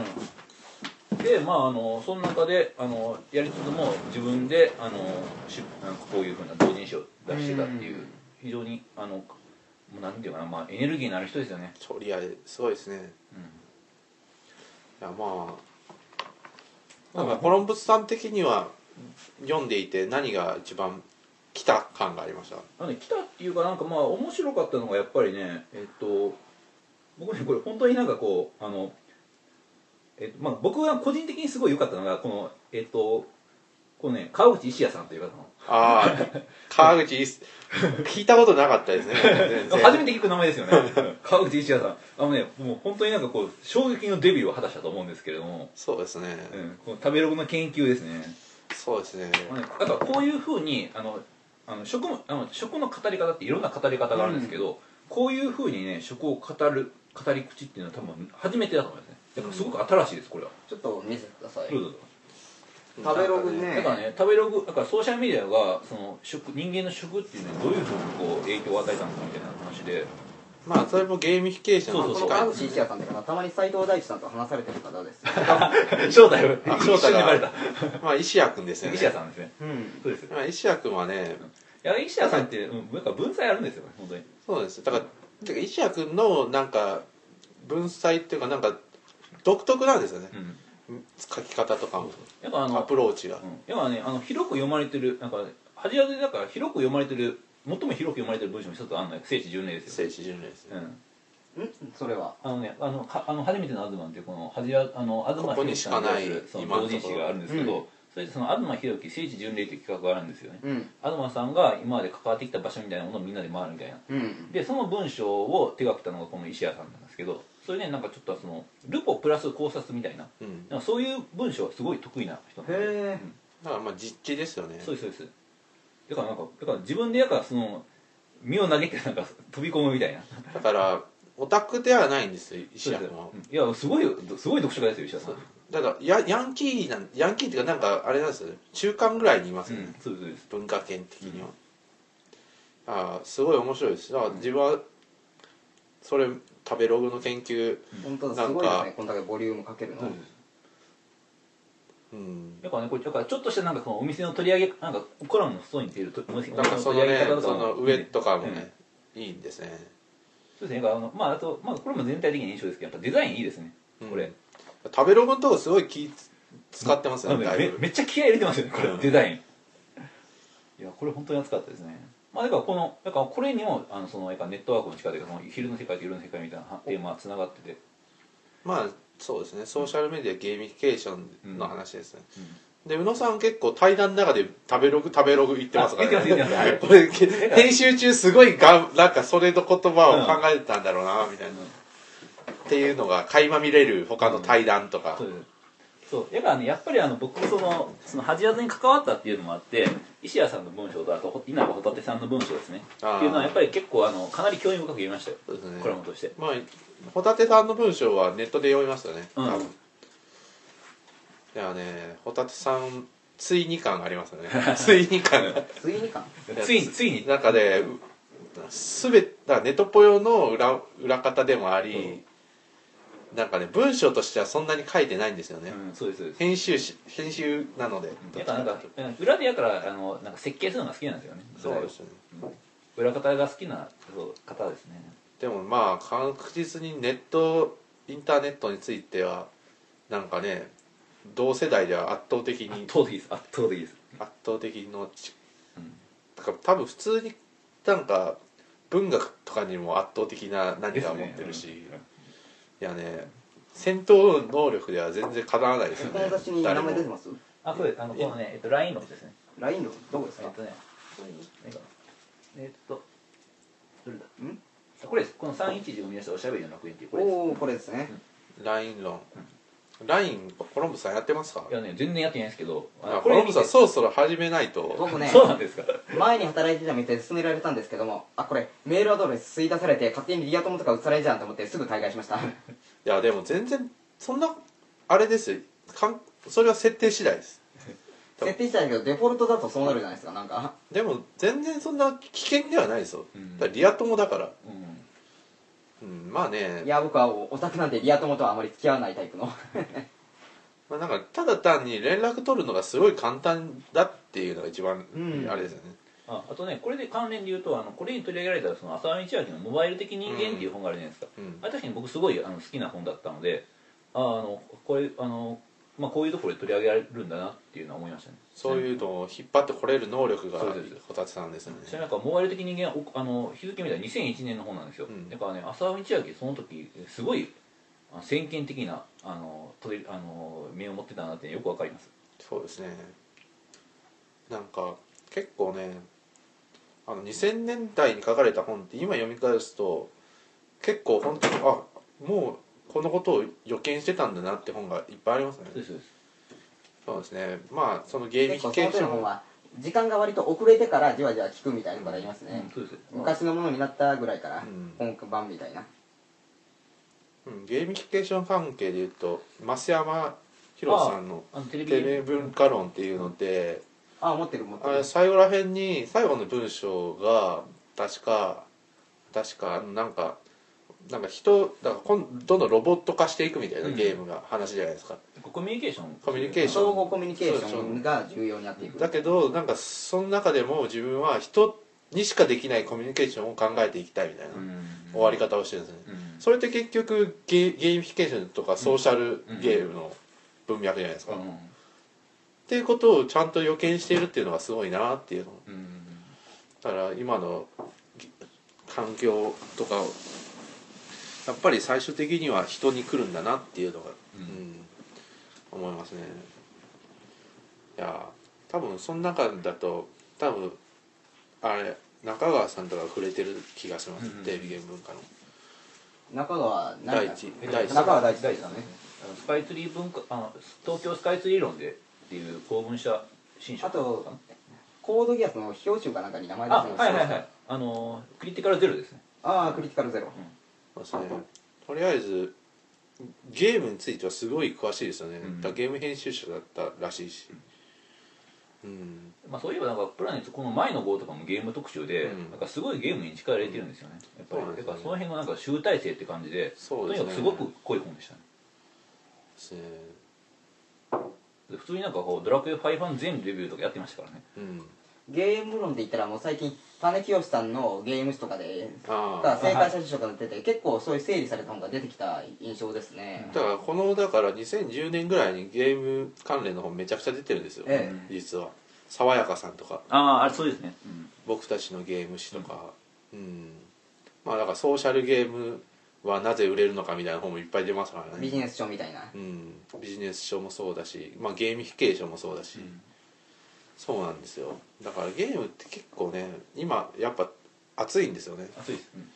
[SPEAKER 2] うんでまああのその中であのやりつつも自分であのしなんかこういうふうな同人誌を出してたっていう
[SPEAKER 3] うん
[SPEAKER 2] 非常にあのもうなんていうかな、まあ、エネルギーのある人ですよね
[SPEAKER 1] あとりあえずすごいですねい
[SPEAKER 2] う
[SPEAKER 1] やまあなんかコロンブスさん的には読んでいて何が一番来た感がありました
[SPEAKER 2] んなので来たっていうかなんかまあ面白かったのがやっぱりねえっと僕ねこれ本当になんかこうあのえっとまあ、僕が個人的にすごい良かったのがこのえっとこのね川口石也さんという方の
[SPEAKER 1] あ あ川口いいっす聞いたことなかったですね全然
[SPEAKER 2] 初めて聞く名前ですよね 川口一也さんあのねもう本当になんかこう衝撃のデビューを果たしたと思うんですけれども、
[SPEAKER 1] そうですね、
[SPEAKER 2] うん、この食べログの研究ですね
[SPEAKER 1] そうですね
[SPEAKER 2] まあねだからこういうふうにあのあの食もあの食の語り方っていろんな語り方があるんですけど、こういうふうにね食を語る語り口っていうのは多分初めてだと思いますねだからすごく新しいですこれは、
[SPEAKER 3] ちょっと見せてください
[SPEAKER 2] どうぞ
[SPEAKER 3] 食べログね
[SPEAKER 2] だからね食べログだからソーシャルメディアがその食人間の食っていうのにどういうふうにこう影響を与えたのかみたいな話で
[SPEAKER 1] まあそれもゲーミフィケーション
[SPEAKER 2] そう
[SPEAKER 1] の
[SPEAKER 2] そう
[SPEAKER 3] こ
[SPEAKER 2] そ
[SPEAKER 3] の
[SPEAKER 2] う
[SPEAKER 1] 近い
[SPEAKER 3] 川口石也さんって方たまに斎藤大地さんと話されてる方です
[SPEAKER 2] 正
[SPEAKER 3] よ
[SPEAKER 2] 体を
[SPEAKER 1] あ
[SPEAKER 2] 正
[SPEAKER 1] 正体
[SPEAKER 2] 体が
[SPEAKER 1] が
[SPEAKER 2] バレた
[SPEAKER 1] まあ石谷君ですよね
[SPEAKER 2] 石田さんですね
[SPEAKER 3] うん
[SPEAKER 2] そうですい
[SPEAKER 1] まあ、石谷君はね
[SPEAKER 2] や石田さんって、うん、なんか文才あるんですよ本当に
[SPEAKER 1] そうですだからだから石谷君のなんか文才っていうかなんか独特なんですよね
[SPEAKER 2] うん
[SPEAKER 1] 書き方とかも
[SPEAKER 2] やっぱあ
[SPEAKER 1] ア
[SPEAKER 2] の
[SPEAKER 1] プローチが
[SPEAKER 2] うん、やっぱねあの広く読まれてるなんか端でだから広く読まれてる最も広く読まれてる文章の一つあんのよ聖地巡礼ですよ、
[SPEAKER 1] 聖地巡礼ですね
[SPEAKER 2] うん、
[SPEAKER 3] んそれは
[SPEAKER 2] あのねあのかあの初めての東っていうこの端あの東
[SPEAKER 1] ここにしかない
[SPEAKER 2] 弘樹さんに
[SPEAKER 1] 今の
[SPEAKER 2] 対
[SPEAKER 1] とこ
[SPEAKER 2] す
[SPEAKER 1] ろ
[SPEAKER 2] るその同人誌があるんですけど、それでその東弘樹聖地巡礼っていう企画があるんですよね
[SPEAKER 3] うん
[SPEAKER 2] 東さんが今まで関わってきた場所みたいなものをみんなで回るみたいな
[SPEAKER 3] うん
[SPEAKER 2] でその文章を手がけたのがこの石谷さんなんですけどそれねなんかちょっとそのルポプラス考察みたいな
[SPEAKER 1] うん
[SPEAKER 2] なんかそういう文章はすごい得意な人なんで
[SPEAKER 3] へえ
[SPEAKER 1] だからまあ実地ですよね
[SPEAKER 2] そうですそうですだからなんかだから自分でやからその身を投げてなんか飛び込むみた いな
[SPEAKER 1] だからオタクではないんですよ石
[SPEAKER 2] そうで
[SPEAKER 1] 谷君
[SPEAKER 2] す
[SPEAKER 1] は
[SPEAKER 2] うんいやすごいどすごい読書家ですよ石谷さん
[SPEAKER 1] だからヤヤンキーなんヤンキーっていうかなんかあれなんですよね中間ぐらいにいます
[SPEAKER 2] う
[SPEAKER 1] よね、
[SPEAKER 2] んそうですそうです
[SPEAKER 1] 文化圏的には、ああすごい面白いですだから自分はそれ食べログの研究
[SPEAKER 3] 本当だすごい
[SPEAKER 1] な
[SPEAKER 3] よ
[SPEAKER 1] ん
[SPEAKER 3] ね
[SPEAKER 1] か
[SPEAKER 3] こんだけボリュームかけるの
[SPEAKER 1] うん、
[SPEAKER 2] やっぱねこれだからちょっとしたなんかそのお店の取り上げなんかコラムの外に出るとお店
[SPEAKER 1] なんかそのねその上とかも
[SPEAKER 2] うん
[SPEAKER 1] ね、いいんですね
[SPEAKER 2] そうですねだからあのまああとまあこれも全体的に印象ですけどやっぱデザインいいですねこれ、
[SPEAKER 1] うん食べログのとこすごい気使ってます
[SPEAKER 2] あ
[SPEAKER 1] よ
[SPEAKER 2] の
[SPEAKER 1] ね
[SPEAKER 2] ね
[SPEAKER 1] だい
[SPEAKER 2] め
[SPEAKER 1] ぶ
[SPEAKER 2] めっちゃ気合い入れてますよねこれ
[SPEAKER 1] うん
[SPEAKER 2] デザインいやこれ本当に熱かったですねまあだからこのだからこれにもあのそのやっぱネットワークの力でその昼の世界と夜の世界みたいなテーマはつながってて
[SPEAKER 1] まあそうですねソーシャルメディアゲーミフィケーションの話ですね、
[SPEAKER 2] うん
[SPEAKER 1] で宇野さん結構対談の中で食べログ食べログ言ってますから
[SPEAKER 2] あ言ってます言ってます
[SPEAKER 1] これ編集中すごいがんなんかそれの言葉を考えてたんだろうなみたいな、っていうのが垣間見れる他の対談とか、
[SPEAKER 2] そうですそうだからねやっぱりあの僕そのその恥じらずに関わったっていうのもあって石谷さんの文章とあとほ稲葉ホタテさんの文章ですね
[SPEAKER 1] あー
[SPEAKER 2] っていうのはやっぱり結構あのかなり興味深く読みましたよ
[SPEAKER 1] そうですね
[SPEAKER 2] コラムとして
[SPEAKER 1] まあホタテさんの文章はネットで読みましたね、
[SPEAKER 2] うん
[SPEAKER 1] 多分いやねホタテさんついに感がありますよねついに感が
[SPEAKER 3] ついにか
[SPEAKER 1] や
[SPEAKER 2] ついについに
[SPEAKER 1] なんかねすべてだからネトポ用の裏裏方でもあり、なんかね文章としてはそんなに書いてないんですよね、
[SPEAKER 2] うんそうですそうです
[SPEAKER 1] 編集し編集なので、
[SPEAKER 2] やっぱなんかうん裏でやからあのなんか設計するのが好きなんですよね
[SPEAKER 1] そうですよね
[SPEAKER 2] 裏方が好きなそう方ですね
[SPEAKER 1] でもまあ確実にネットインターネットについてはなんかね同世代では圧倒的
[SPEAKER 2] 圧
[SPEAKER 1] に
[SPEAKER 2] 倒的です圧倒的です
[SPEAKER 1] 圧倒的のち
[SPEAKER 2] うん
[SPEAKER 1] だから多分普通になんか文学とかにも圧倒的な何かを持ってるし、いやね戦闘能力では全然かなわないですよ
[SPEAKER 3] こ
[SPEAKER 1] ね
[SPEAKER 3] の雑誌に名前出てます
[SPEAKER 2] あそうですあのこのねえっとラインのですね
[SPEAKER 3] ラインのどこです
[SPEAKER 2] えっ
[SPEAKER 3] か
[SPEAKER 2] とねなんかえっとどれだ
[SPEAKER 3] ん
[SPEAKER 2] これですこの310を生み出したおしゃべりの楽園っていうこれです
[SPEAKER 3] おおこれですね
[SPEAKER 1] 誰もライン論ラインコロンブスさんやってますか
[SPEAKER 2] いやね全然やってないですけどあ
[SPEAKER 1] あ
[SPEAKER 2] の
[SPEAKER 1] コロンブスさん
[SPEAKER 2] そ
[SPEAKER 1] そろそろ始めないと
[SPEAKER 3] 僕ね
[SPEAKER 2] そうなんですか
[SPEAKER 3] 前に働いてた店で勧められたんですけどもあこれメールアドレス吸い出されて勝手にリア友とか移されるじゃんと思ってすぐ退会しました
[SPEAKER 1] い やでも全然そんなあれですよかんそれは設定次第です
[SPEAKER 3] 設定したんだけどデフォルトだとそうなるじゃないですかなんか
[SPEAKER 1] でも全然そんな危険ではないですよ、
[SPEAKER 2] うん
[SPEAKER 1] だからリア友だから、
[SPEAKER 2] うん
[SPEAKER 1] うん、まあね
[SPEAKER 3] いや僕はオタクなんでリア友とはあまり付き合わないタイプの
[SPEAKER 1] まあ、なんかただ単に連絡取るのがすごい簡単だっていうのが一番
[SPEAKER 3] うん
[SPEAKER 1] あれですよね、
[SPEAKER 2] ああとねこれで関連で言うとあのこれに取り上げられたその浅見千秋の「モバイル的人間」っていう本があるじゃないですか、
[SPEAKER 1] うん
[SPEAKER 2] あれ確かに僕すごいあの好きな本だったのでああのこれあの、まあ、こういうところで取り上げられるんだなっていうのは思いましたね
[SPEAKER 1] そういうのを引っ張ってこれる能力が
[SPEAKER 2] そうです
[SPEAKER 1] ホタテさんですよね
[SPEAKER 2] ちなみになんかモバイル的人間おあの日付みたいな2001年の本なんですよ、
[SPEAKER 1] うん
[SPEAKER 2] だからね浅見千秋その時すごいあの先見的なあのとりあの目を持ってたなってよくわかります
[SPEAKER 1] そうですねなんか結構ねあの2000年代に書かれた本って今読み返すと結構本当にあもうこのことを予見してたんだなって本がいっぱいありますね
[SPEAKER 2] そうですそうです
[SPEAKER 1] そうですねまあそのゲーム
[SPEAKER 3] 結構
[SPEAKER 1] 危
[SPEAKER 3] その手
[SPEAKER 1] 険
[SPEAKER 3] の本は時間が割と遅れてからじわじわ聞くみたいなことありますね
[SPEAKER 2] うん、そうです
[SPEAKER 3] 昔のものになったぐらいから
[SPEAKER 1] ん
[SPEAKER 3] 本番みたいな
[SPEAKER 1] うん、ゲーミフィケーション関係でいうと増山宏さんの
[SPEAKER 2] あの
[SPEAKER 1] 「
[SPEAKER 2] テレビ
[SPEAKER 1] テレビ文化論」っていうので、
[SPEAKER 3] あ持ってる持って
[SPEAKER 1] あ
[SPEAKER 3] る
[SPEAKER 1] れ最後らへんに最後の文章が確か確かあのなんかなんか人だからこんどんどんロボット化していくみたいな
[SPEAKER 2] うん
[SPEAKER 1] ゲームが話じゃないですか、
[SPEAKER 2] コミュニケーション
[SPEAKER 1] コミュニケーション
[SPEAKER 3] 総合コミュニケーションが重要になっていく
[SPEAKER 1] だけどなんかその中でも自分は人にしかできないコミュニケーションを考えていきたいみたいな、
[SPEAKER 2] うん
[SPEAKER 1] 終わり方をしてるんですね、
[SPEAKER 2] うん
[SPEAKER 1] それって結局ゲゲーミフィケーションとかソーシャルゲームの文脈じゃないですか、っ
[SPEAKER 2] う
[SPEAKER 1] ていうことをちゃんと予見しているっていうのがすごいなっていうの
[SPEAKER 2] んうん
[SPEAKER 1] だから今の環境とかをやっぱり最終的には人に来るんだなっていうのが、
[SPEAKER 2] うん
[SPEAKER 1] うん思いますねいやー多分その中だと多分あれ中川さんとか触れてる気がします、
[SPEAKER 2] うんうん
[SPEAKER 1] テレビゲーム文化の
[SPEAKER 3] 中川
[SPEAKER 1] 第一第一
[SPEAKER 3] 中川大地
[SPEAKER 2] 大
[SPEAKER 3] 大
[SPEAKER 2] 事
[SPEAKER 3] 地
[SPEAKER 2] だ
[SPEAKER 3] だ
[SPEAKER 2] ね
[SPEAKER 3] ね
[SPEAKER 2] あのスカイツリー文化あの東京スカイツリー論でっていう公文社新書
[SPEAKER 3] あとコードギアスの表紙かなんかに名前出
[SPEAKER 2] あ
[SPEAKER 3] してます
[SPEAKER 2] はいはいはいあのクリティカルゼロですね
[SPEAKER 3] ああクリティカルゼロ
[SPEAKER 1] そうですねとりあえずゲームについてはすごい詳しいですよね、
[SPEAKER 2] うん
[SPEAKER 1] だからゲーム編集者だったらしいしうん
[SPEAKER 2] まあそういえばなんかプラネットこの前の号とかもゲーム特集で、
[SPEAKER 1] うん
[SPEAKER 2] なんかすごいゲームに力入れてるんですよねやっぱり、
[SPEAKER 1] そうですね
[SPEAKER 2] だからその辺のなんか集大成って感じで
[SPEAKER 1] そうですね
[SPEAKER 2] とにかくすごく濃い本でしたね
[SPEAKER 1] ですね
[SPEAKER 2] で普通になんかこうドラクエ5版全レビューとかやってましたからね
[SPEAKER 1] うん
[SPEAKER 3] ゲーム論で言ったらもう最近種清さんのゲーム誌とかで
[SPEAKER 1] ああ
[SPEAKER 3] が正解者辞書が出てて結構そういう整理された本が出てきた印象ですね
[SPEAKER 1] だからこのだから2010年ぐらいにゲーム関連の本めちゃくちゃ出てるんですよ、
[SPEAKER 3] え
[SPEAKER 1] 実は「爽やかさん」とか
[SPEAKER 2] あああれそうですね、うん
[SPEAKER 1] 「僕たちのゲーム誌」とかうん、まあだからソーシャルゲームはなぜ売れえるのかみたいな本もいっぱい出ますから
[SPEAKER 3] ビ
[SPEAKER 1] ね
[SPEAKER 3] ジネス書みたいな
[SPEAKER 1] うん、ビジネス書もそうだし、まあ、ゲーミフィケーションもそうだし、そうなんですよだからゲームって結構ね今やっぱ熱いんですよね
[SPEAKER 2] あそうです、うん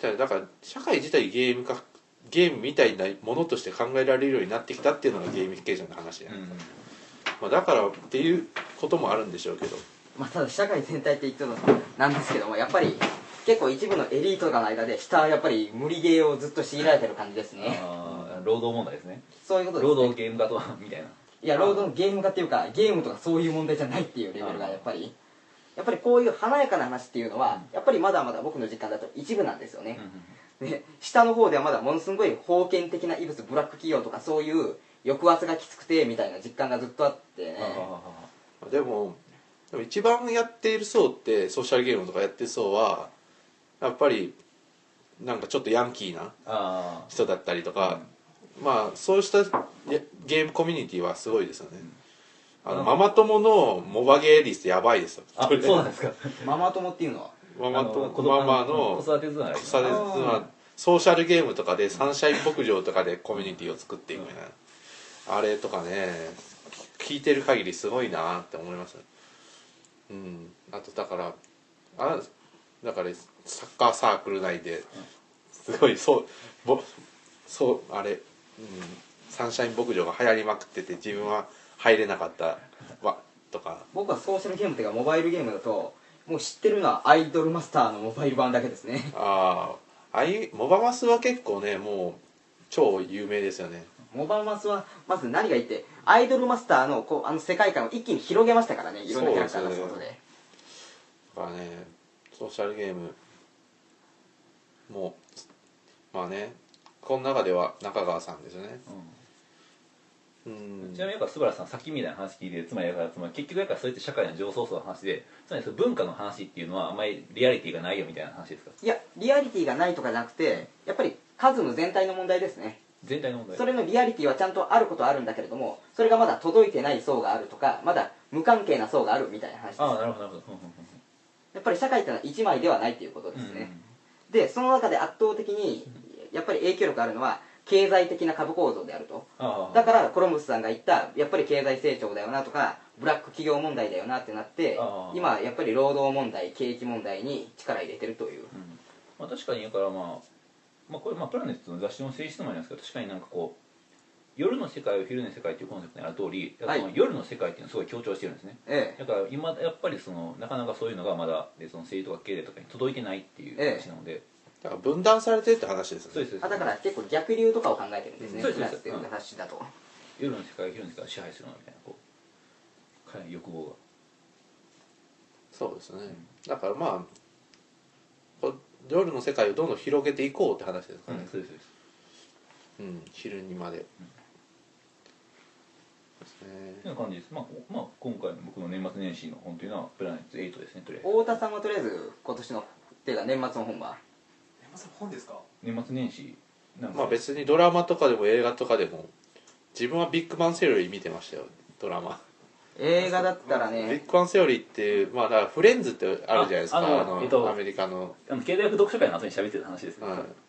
[SPEAKER 1] じゃあだから社会自体ゲームかゲームみたいなものとして考えられるようになってきたっていうのがゲーミフィケーションの話ね、まあ、だからっていうこともあるんでしょうけど
[SPEAKER 3] まあただ社会全体って言ってるのなんですけどもやっぱり結構一部のエリートとかの間で下はやっぱり無理ゲーをずっと強いられてる感じですね
[SPEAKER 2] あー労働問題ですね
[SPEAKER 3] そういうことですね
[SPEAKER 2] 労働ゲーム化とは みたいない
[SPEAKER 3] や労働のゲーム化っていうかゲームとかそういう問題じゃないっていうレベルがやっぱりやっぱりこういう華やかな話っていうのは、やっぱりまだまだ僕の実感だと一部なんですよね、で下の方ではまだものすごい封建的な異物ブラック企業とかそういう抑圧がきつくてみたいな実感がずっとあってね
[SPEAKER 1] でもでも一番やっている層ってソーシャルゲームとかやってる層はやっぱりなんかちょっとヤンキーな
[SPEAKER 2] あ
[SPEAKER 1] 人だったりとか、まあそうしたゲゲームコミュニティはすごいですよね、あのママ友のモバゲー率やばいですよ
[SPEAKER 2] ああそうなんですか
[SPEAKER 3] ママ友っていうのは
[SPEAKER 1] ママと
[SPEAKER 2] あの子供
[SPEAKER 1] ママの
[SPEAKER 2] 子育てつながり
[SPEAKER 1] 子育てはソーシャルゲームとかでサンシャイン牧場とかでコミュニティを作っていくみたいな、あれとかね聞いてる限りすごいなって思いますうんあとだからあだからサッカーサークル内ですごいそうぼそうあれ、うん、サンシャイン牧場が流行りまくってて自分は入れなかったわとか
[SPEAKER 3] 僕はソーシャルゲームっていうかモバイルゲームだともう知ってるのはアイドルマスターのモバイル版だけですね
[SPEAKER 1] あああいモバマスは結構ねもう超有名ですよね
[SPEAKER 3] モバマスはまず何がいいってアイドルマスターのこうあの世界観を一気に広げましたからねいろんなキャラクターが出すことで
[SPEAKER 1] だからねソーシャルゲームもうまあねこの中では中川さんですよねう
[SPEAKER 2] うん
[SPEAKER 1] ん
[SPEAKER 2] ちなみにやっぱ素原さんさっきみたいな話聞いてつまりだからつまり結局やっぱそうやって社会の上層層の話でつまりその文化の話っていうのはあんまりリアリティがないよみたいな話ですか
[SPEAKER 3] いやリアリティがないとかじゃなくてやっぱりカズム全体の問題ですね
[SPEAKER 2] 全体の問題
[SPEAKER 3] それのリアリティはちゃんとあることはあるんだけれどもそれがまだ届いてない層があるとかまだ無関係な層があるみたいな話です
[SPEAKER 2] ああなるほどなるほど
[SPEAKER 3] やっぱり社会ってのは一枚ではないっていうこと
[SPEAKER 2] う
[SPEAKER 3] で
[SPEAKER 2] んうん
[SPEAKER 3] す
[SPEAKER 2] うん
[SPEAKER 3] ね、でその中で圧倒的にやっぱり影響力あるのは経済的な株構造であると
[SPEAKER 2] ああ
[SPEAKER 3] だからコロムスさんが言ったやっぱり経済成長だよなとかブラック企業問題だよなってなって
[SPEAKER 2] あー
[SPEAKER 3] 今やっぱり労働問題景気問題に力入れてるという
[SPEAKER 2] うんまあ、確かにだからまあ、まあ、これまあプラネットの雑誌の性質もありますけど確かになんかこう夜の世界を昼の世界というコンセプトにある通り、やっぱその
[SPEAKER 3] はい
[SPEAKER 2] 夜の世界っていうのをすごい強調してるんですね
[SPEAKER 3] ええ
[SPEAKER 2] だから今やっぱりそのなかなかそういうのがまだでその政治とか経済とかに届いてないっていう話なので、
[SPEAKER 1] だから分断されてるって話です
[SPEAKER 2] そう
[SPEAKER 1] ね
[SPEAKER 2] ですそうです
[SPEAKER 3] あだから結構逆流とかを考えてるんですね、
[SPEAKER 2] うん
[SPEAKER 3] フランスっていう雑誌だと、
[SPEAKER 2] 夜の世界を昼の世界を支配するのみたいなこうかなり欲望
[SPEAKER 1] そうですねだからまあこ夜の世界をどんどん広げていこうって話ですか
[SPEAKER 2] が、
[SPEAKER 1] ね、
[SPEAKER 2] そうですそうです
[SPEAKER 1] うん、昼にまで、ですね
[SPEAKER 2] というような感じです、まあこまあ、今回の僕の年末年始の本というのはプラネット8ですねとりあえず
[SPEAKER 3] 太田さんはとりあえず今年のっていうか年末の本は
[SPEAKER 4] 山さん本ですか
[SPEAKER 2] 年末年始なんか
[SPEAKER 1] まあ別にドラマとかでも映画とかでも自分はビッグバンセオリー見てましたよドラマ、
[SPEAKER 3] 映画だったら
[SPEAKER 1] ビ
[SPEAKER 3] ね
[SPEAKER 1] ッグバンセオリーっていうまあだからフレンズってあるじゃないですか
[SPEAKER 2] あ
[SPEAKER 1] あ
[SPEAKER 2] あの
[SPEAKER 1] の
[SPEAKER 2] えっと
[SPEAKER 1] アメリカの、
[SPEAKER 2] あの経済学読書会の後に喋ってた話ですね、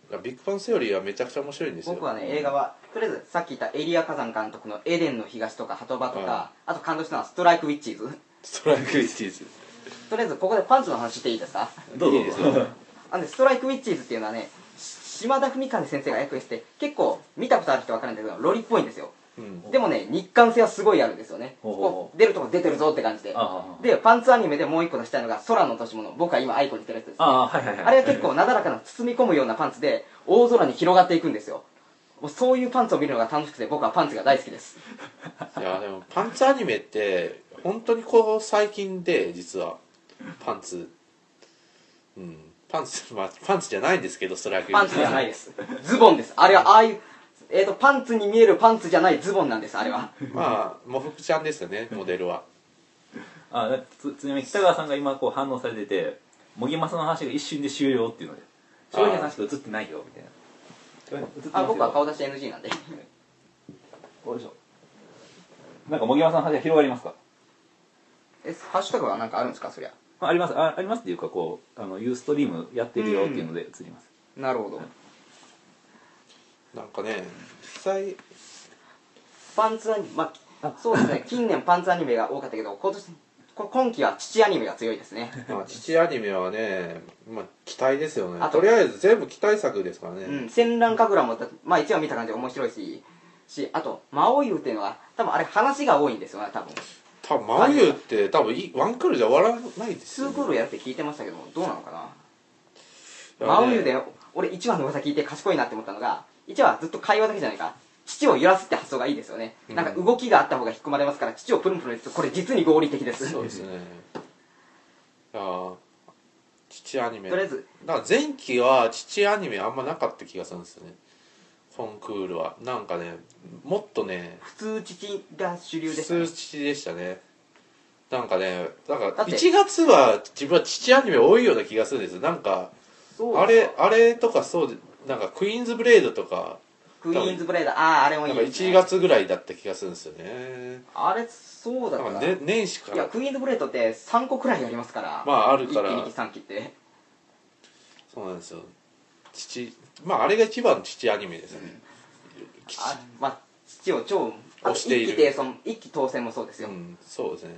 [SPEAKER 1] うん、ビッグバンセオリーはめちゃくちゃ面白いんですよ
[SPEAKER 3] 僕はね映画はとりあえずさっき言ったエリア火山監督の「エデンの東」とか「ハトバ」とか、あと感動したのは「ストライクウィッチーズ」
[SPEAKER 1] ストライクウィッチーズ
[SPEAKER 3] とりあえずここでパンツの話していいですか
[SPEAKER 2] どうぞ
[SPEAKER 1] いいですよ
[SPEAKER 3] あのねストライクウィッチーズっていうのはねし島田文和先生が役にして結構見たことある人分かるんだけどロリっぽいんですよ
[SPEAKER 1] うん
[SPEAKER 3] でもね日韓性はすごいあるんですよね
[SPEAKER 2] ほうほうほう
[SPEAKER 3] こう出るとこ出てるぞって感じで
[SPEAKER 2] ああ
[SPEAKER 3] でパンツアニメでもう一個出したいのが「空の落とし物」僕は今アイコにしてるやつです、ね、
[SPEAKER 2] ああはいはいはい
[SPEAKER 3] あれは結構なだらかな包み込むようなパンツで大空に広がっていくんですよもうそういうパンツを見るのが楽しくて僕はパンツが大好きです
[SPEAKER 1] いやでもパンツアニメって本当にこう最近で実はパンツうんパンツまあパンツじゃないんですけどストライクウィッ
[SPEAKER 3] パン
[SPEAKER 1] チー
[SPEAKER 3] ツ
[SPEAKER 1] ズ
[SPEAKER 3] じゃないですズボンですあれはああいう、えー、とパンツに見えるパンツじゃないズボンなんですあ れは
[SPEAKER 1] まあもふくちゃんですよねモデルは
[SPEAKER 2] あだつちなみに北川さんが今こう反応されてて茂木正の話が一瞬で終了っていうので商品の話が映ってないよみたいな映ってます
[SPEAKER 3] あ
[SPEAKER 2] よ
[SPEAKER 3] 僕は顔出し NG なんで
[SPEAKER 2] よいしょなんか茂木正の話が広がりますか
[SPEAKER 3] えハッシュタグは何かあるんですかそりゃ
[SPEAKER 2] あありますあありますっていうかこうあのユーストリームやってるよっていうので映ります、
[SPEAKER 3] なるほど
[SPEAKER 1] なんかね実際
[SPEAKER 3] パンツアニメまあそうです ね近年パンツアニメが多かったけど今年こ今期は父アニメが強いですね
[SPEAKER 1] まあ、父アニメはね、まあ、期待ですよね
[SPEAKER 3] あと
[SPEAKER 1] とりあえず全部期待作ですからね、
[SPEAKER 3] うん戦乱神楽もだまあ一話見た感じで面白いししあと魔王湯っていうのは多分あれ話が多いんですよね多分
[SPEAKER 1] 多分マユって多分いワンクールじゃ終わらないです
[SPEAKER 3] ツークー
[SPEAKER 1] ル
[SPEAKER 3] ルやるって聞いてましたけどどうなのかな
[SPEAKER 1] だから
[SPEAKER 3] 魔王
[SPEAKER 1] ね
[SPEAKER 3] 湯で俺1話の噂聞いて賢いなって思ったのが1話ずっと会話だけじゃないか父を揺らすって発想がいいですよね、なんか動きがあった方が引っ込まれますから父をプルンプルンってこれ実に合理的です
[SPEAKER 1] そうですねいやー父アニメ
[SPEAKER 3] とりあえず
[SPEAKER 1] だから前期は父アニメあんまなかった気がするんですよねコンクールはなんかねもっとね
[SPEAKER 3] 普通父が主流
[SPEAKER 1] 普
[SPEAKER 3] でしたね
[SPEAKER 1] 通父でしたねなんかねだから
[SPEAKER 3] だって
[SPEAKER 1] 1月は自分は父アニメ多いような気がするんですよなんか
[SPEAKER 3] そう
[SPEAKER 1] あれあれとかそうでなんかクイーンズブレードとか
[SPEAKER 3] クイーンズブレイダーあああれもい
[SPEAKER 1] ないんか
[SPEAKER 3] です、ね、
[SPEAKER 1] 1月ぐらいだった気がするんですよね
[SPEAKER 3] あれそうだ
[SPEAKER 1] な
[SPEAKER 3] った
[SPEAKER 1] ん
[SPEAKER 3] な
[SPEAKER 1] か、ね、年始か
[SPEAKER 3] いや
[SPEAKER 1] ら
[SPEAKER 3] クイーンズブレイドって3個くらいありますから
[SPEAKER 1] まああるから
[SPEAKER 3] 1期2期3期って
[SPEAKER 1] そうなんですよ父まああれが一番の父アニメですよね吉
[SPEAKER 3] あまあ父を超あと
[SPEAKER 1] 押している
[SPEAKER 3] 一期当選一期当選もそうです
[SPEAKER 1] う
[SPEAKER 3] よ、
[SPEAKER 1] んそうですね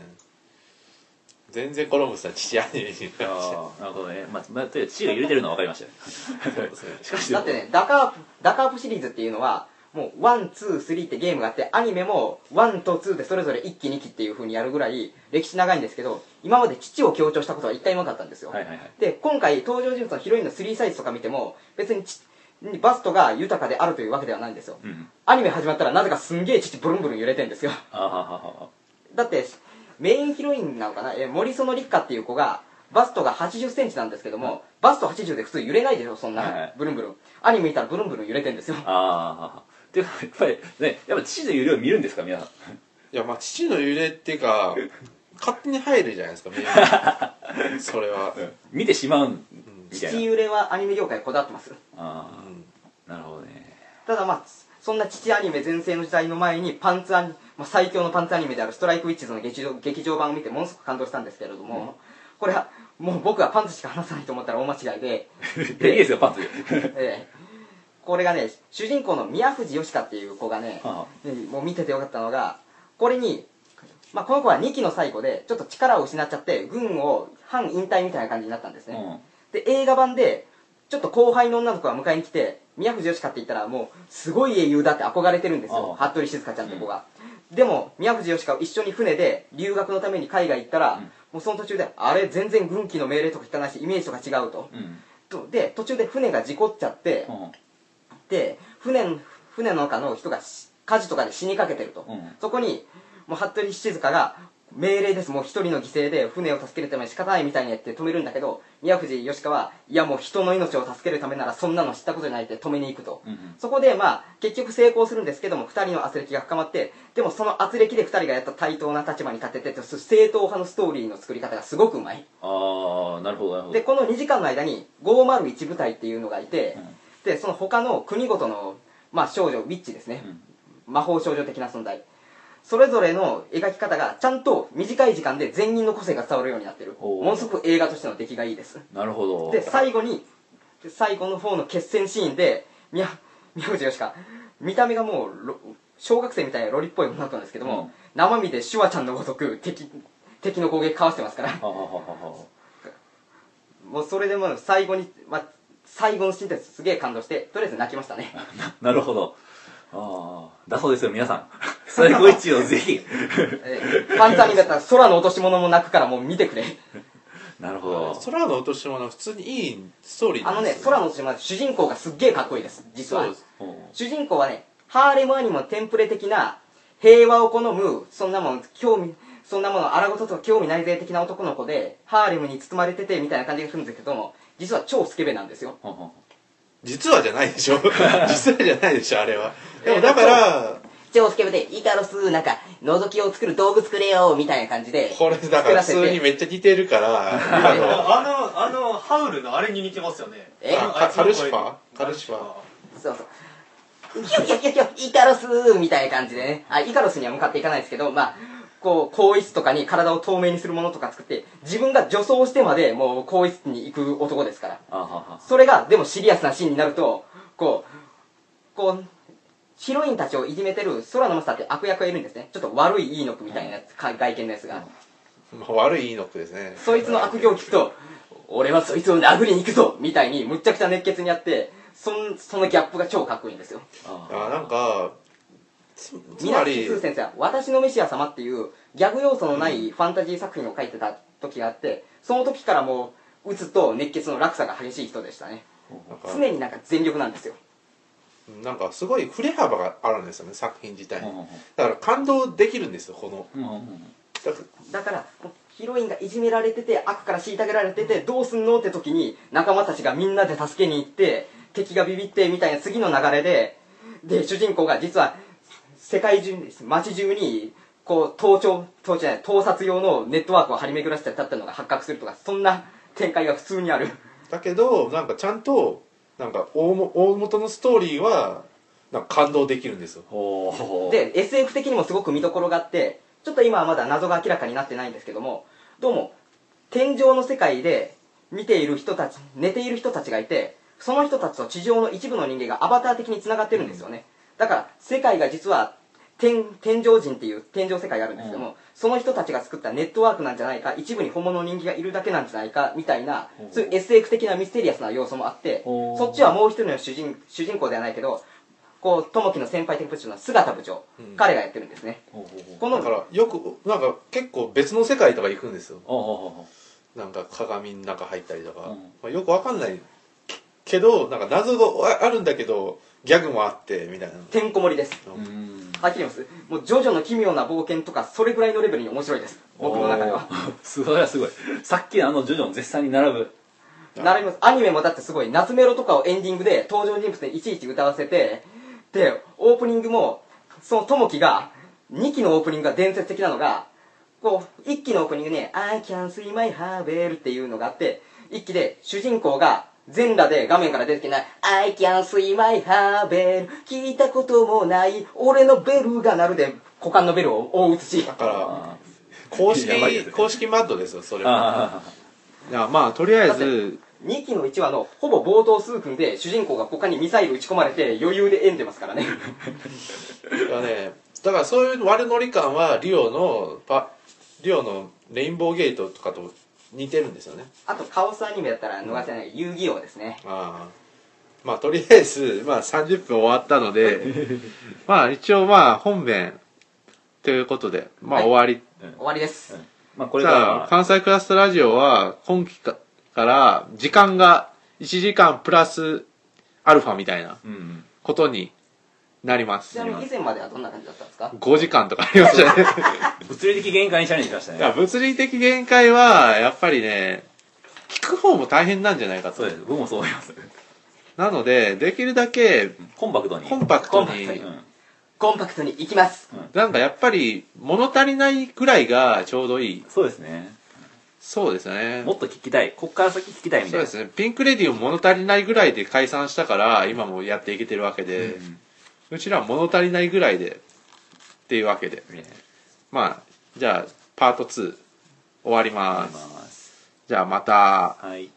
[SPEAKER 1] 全然コロンブスは父アニメになっちゃう
[SPEAKER 2] ああなるほどね、まあ、まあ、とりあえず地位が揺れてるのは分かりましたよ
[SPEAKER 1] そうですね
[SPEAKER 2] しかし
[SPEAKER 3] だってねダカープダカープシリーズっていうのはもうワンツースリーってゲームがあってアニメもワンとツーでそれぞれ一期二期っていう風にやるぐらい歴史長いんですけど今まで父を強調したことは一回もなかったんですよ、
[SPEAKER 2] はいはいはい
[SPEAKER 3] で今回登場人物のヒロインの3サイズとか見ても別にちバストが豊かであるというわけではないんですよ、
[SPEAKER 2] うん
[SPEAKER 3] アニメ始まったらなぜかすんげえ父ブルンブルン揺れてるんですよ
[SPEAKER 2] あははは
[SPEAKER 3] だってメインヒロインなのかなえー森園立花っていう子がバストが8 0センチなんですけども、バスト80で普通揺れないでしょそんな、
[SPEAKER 2] はいはい
[SPEAKER 3] ブルンブルンアニメ見たらブルンブルン揺れてんですよ
[SPEAKER 2] ああていうかやっぱりねやっぱ父の揺れを見るんですか皆さん
[SPEAKER 1] いやまあ父の揺れっていうか勝手に入るじゃないですか見え るそれは、
[SPEAKER 2] 見てしまうみた
[SPEAKER 3] 父
[SPEAKER 2] いな
[SPEAKER 3] 揺れはアニメ業界こだわってます
[SPEAKER 2] あ
[SPEAKER 1] うん
[SPEAKER 2] あなるほどね
[SPEAKER 3] ただまあそんな父アニメ全盛の時代の前にパンツアニ、まあ、最強のパンツアニメである「ストライクウィッチズ」の劇場劇場版を見てものすごく感動したんですけれども、これはもう僕はパンツしか話さないと思ったら大間違いで、
[SPEAKER 2] いいですよパンツ
[SPEAKER 3] ええこれがね主人公の宮藤よしかっていう子がね、
[SPEAKER 2] あ
[SPEAKER 3] でもう見ててよかったのがこれに、まあ、この子は2期の最後でちょっと力を失っちゃって軍を反引退みたいな感じになったんです
[SPEAKER 2] あ
[SPEAKER 3] ね、で映画版でちょっと後輩の女の子が迎えに来て宮藤よしかって言ったらもうすごい英雄だって憧れてるんですよ
[SPEAKER 2] ああ
[SPEAKER 3] 服部静香ちゃんって子が、でも宮藤よしか一緒に船で留学のために海外行ったら、
[SPEAKER 2] うん
[SPEAKER 3] もうその途中であれ全然軍旗の命令とか聞かないしイメージとか違うと
[SPEAKER 2] う、ん
[SPEAKER 3] とで途中で船が事故っちゃって、
[SPEAKER 2] うん
[SPEAKER 3] で船の船の中の人がし火事とかで死にかけてると、
[SPEAKER 2] うん
[SPEAKER 3] そこにもう服部静香が命令ですもう一人の犠牲で船を助けるために仕方ないみたいにやって止めるんだけど宮藤義香はいやもう人の命を助けるためならそんなの知ったことじゃないって止めに行くと、
[SPEAKER 2] うん
[SPEAKER 3] そこでまあ結局成功するんですけども2人の軋轢が深まってでもその軋轢で2人がやった対等な立場に立ててっていう正統派のストーリーの作り方がすごくうまい
[SPEAKER 2] ああなるほどなるほど
[SPEAKER 3] でこの2時間の間に501部隊っていうのがいて、
[SPEAKER 2] うん
[SPEAKER 3] でその他の国ごとの、まあ、少女ウィッチですね、魔法少女的な存在それぞれの描き方がちゃんと短い時間で全員の個性が伝わるようになってる
[SPEAKER 2] おー
[SPEAKER 3] ものすごく映画としての出来がいいです
[SPEAKER 2] なるほど
[SPEAKER 3] で最後にで最後の方の決戦シーンで宮宮内よしか見た目がもうロ小学生みたいなロリっぽい女の子なんですけども、
[SPEAKER 2] うん
[SPEAKER 3] 生身でシュワちゃんのごとく敵敵の攻撃かわしてますから
[SPEAKER 2] はははは
[SPEAKER 3] もうそれでもう最後に、まあ、最後のシーンですげえ感動してとりあえず泣きましたね
[SPEAKER 2] ななるほどああだそうですよ皆さん最後一をぜひ
[SPEAKER 3] ええパンツアニメだったら空の落とし物も泣くからもう見てくれ
[SPEAKER 2] なるほど
[SPEAKER 1] 空の落とし物は普通にいいストーリー
[SPEAKER 3] あ
[SPEAKER 1] な
[SPEAKER 3] の
[SPEAKER 1] んで
[SPEAKER 3] ね
[SPEAKER 1] すよ
[SPEAKER 3] 空の落とし物主人公がすっげえかっこいいです実は
[SPEAKER 1] そうです
[SPEAKER 2] うん
[SPEAKER 3] 主人公はねハーレムアニメのテンプレ的な平和を好むそんなもの興味そんなもの荒事とか興味ないぜ的な男の子でハーレムに包まれててみたいな感じがするんですけども実は超スケベなんですよ
[SPEAKER 2] はは
[SPEAKER 1] 実はじゃないでし ょ実はじゃないでしょあれはで
[SPEAKER 3] え
[SPEAKER 1] もだから
[SPEAKER 3] 超スケベでイカロスなんか覗きを作る道具作れよみたいな感じで
[SPEAKER 1] これだから普通にめっちゃ似てるから
[SPEAKER 4] あ の、あの、ハウルのあれに似てますよね。
[SPEAKER 3] え
[SPEAKER 4] あの
[SPEAKER 1] カ
[SPEAKER 4] あいつの声
[SPEAKER 1] カルシファーカルシファー
[SPEAKER 3] そうそう。キョキョキョキョ、イカロスーみたいな感じでね。あ、イカロスには向かっていかないですけど、まあ、こう、更衣室とかに体を透明にするものとか作って、自分が女装してまでもう更衣室に行く男ですから。
[SPEAKER 2] あはは
[SPEAKER 3] それが、でもシリアスなシーンになると、こう、こう、ヒロインたちをいじめてる空のマスターって悪役がいるんですね。ちょっと悪いいいのくみたいなやつ、か外見のやつが。
[SPEAKER 1] まあ悪いいいノックですね
[SPEAKER 3] そいつの悪行を聞くと、俺はそいつを殴りに行くぞみたいに、むっちゃくちゃ熱血にやって、そんそのギャップが超かっこいいんですよ。
[SPEAKER 2] あ
[SPEAKER 1] あなんかつつま
[SPEAKER 3] 皆
[SPEAKER 1] り
[SPEAKER 3] 月通先生は「私のメシア様」っていうギャグ要素のないファンタジー作品を書いてた時があってその時からもう鬱と熱血の落差が激しい人でしたね
[SPEAKER 1] なんか
[SPEAKER 3] 常になんか全力なんですよ
[SPEAKER 1] なんかすごい振れ幅があるんですよね作品自体
[SPEAKER 2] うんうんう
[SPEAKER 1] に
[SPEAKER 2] ん
[SPEAKER 1] だから感動できるんですよこの
[SPEAKER 2] うんうんうん
[SPEAKER 1] だから
[SPEAKER 3] だからヒロインがいじめられてて悪から虐げられててどうすんのって時に仲間たちがみんなで助けに行って敵がビビってみたいな次の流れでで主人公が実は世界中に街中にこう盗聴盗聴じゃない盗撮用のネットワークを張り巡らせてたったのが発覚するとかそんな展開が普通にある
[SPEAKER 1] だけどなんかちゃんとなんか大も大元のストーリーはなんか感動できるんですよ
[SPEAKER 2] ほうほう
[SPEAKER 3] で SF 的にもすごく見どころがあってちょっと今はまだ謎が明らかになってないんですけどもどうも天上の世界で見ている人たち寝ている人たちがいてその人たちと地上の一部の人間がアバター的につながってるんですよね、だから世界が実は天天井人っていう天上世界があるんですけども、その人たちが作ったネットワークなんじゃないか一部に本物の人間がいるだけなんじゃないかみたいな
[SPEAKER 2] うん
[SPEAKER 3] そういう SF 的なミステリアスな要素もあって
[SPEAKER 2] おー
[SPEAKER 3] そっちはもう一人の主人主人公ではないけどこう、ともきの先輩的部長の姿部長、彼がやってるんですね。
[SPEAKER 2] ほうほうほう
[SPEAKER 3] こ
[SPEAKER 7] だ
[SPEAKER 3] の、
[SPEAKER 7] からよくなんか結構別の世界とか行くんですよ
[SPEAKER 2] ああ
[SPEAKER 7] なんか鏡の中入ったりとか、
[SPEAKER 2] うん
[SPEAKER 7] まあ、よくわかんないけどなんか謎があるんだけどギャグもあってみたいな
[SPEAKER 3] てんこ盛りです。
[SPEAKER 2] あああうん
[SPEAKER 3] はっきり言います。もう、ジョジョの奇妙な冒険とか、それぐらいのレベルに面白いです。僕の中では。
[SPEAKER 2] おーすごいすごいさっきのあのジョジョの絶賛に並ぶ
[SPEAKER 3] 並びます。アニメもだってすごい、夏メロとかをエンディングで登場人物でいちいち歌わせて、で、オープニングも、そのともきが、2期のオープニングが伝説的なのが、こう、1期のオープニングね、I can see my havel っていうのがあって、1期で主人公が、全裸で画面から出てきてない、I can see my havel 聞いたこともない、俺のベルが鳴るで、股間のベルを大写し
[SPEAKER 7] だ。から
[SPEAKER 2] あ
[SPEAKER 7] 公式
[SPEAKER 2] やばいやつ
[SPEAKER 7] 公式マッドですよそれは
[SPEAKER 2] あ
[SPEAKER 1] いやまあとりあえず
[SPEAKER 3] 2期の1話のほぼ冒頭数分で主人公が股間にミサイル撃ち込まれて余裕で演でますからね。
[SPEAKER 7] だ,、ね、だからそういう悪ノリ感はリオのパリオのレインボーゲートとかと似てるんですよね
[SPEAKER 3] あとカオスアニメだったら逃せない、遊戯王ですね
[SPEAKER 7] あ
[SPEAKER 1] まあとりあえず、まあ、30分終わったの でまあ一応まあ本編ということでまあ
[SPEAKER 3] はい
[SPEAKER 1] 終わり、
[SPEAKER 3] 終わりです、
[SPEAKER 2] まあこれ
[SPEAKER 1] じ
[SPEAKER 2] か
[SPEAKER 1] ゃあ
[SPEAKER 2] ら
[SPEAKER 1] 関西クラスタラジオは今期かから時間が1時間プラスアルファみたいな
[SPEAKER 2] うん
[SPEAKER 1] ことになります
[SPEAKER 3] ちなみに以前まではどんな感じだったんですか
[SPEAKER 1] 5時間とかありましたね
[SPEAKER 2] 物理的限界にチャレンジしました
[SPEAKER 1] いや
[SPEAKER 2] ね
[SPEAKER 1] 物理的限界はやっぱりね聞く方も大変なんじゃないかと
[SPEAKER 2] そうです僕もそう思います
[SPEAKER 1] なのでできるだけ
[SPEAKER 2] コンパクトに
[SPEAKER 1] コンパクト
[SPEAKER 3] コンパク
[SPEAKER 1] に
[SPEAKER 3] ト
[SPEAKER 2] う
[SPEAKER 3] に
[SPEAKER 2] ん
[SPEAKER 3] コンパクトに行きます
[SPEAKER 1] なんかやっぱり物足りないぐらいがちょうどいい
[SPEAKER 2] そうですね
[SPEAKER 1] そうですね
[SPEAKER 2] もっと聞きたいこっから先聞きたいみ
[SPEAKER 1] そう
[SPEAKER 2] た
[SPEAKER 1] で
[SPEAKER 2] いな
[SPEAKER 1] すねピンクレディーも物足りないぐらいで解散したから今もやっていけてるわけで、うちらは物足りないぐらいでっていうわけで
[SPEAKER 2] うんね
[SPEAKER 1] まあじゃあパート2終わり
[SPEAKER 2] あ
[SPEAKER 1] ま
[SPEAKER 2] り
[SPEAKER 1] す
[SPEAKER 2] ます
[SPEAKER 1] じゃあまた
[SPEAKER 2] はい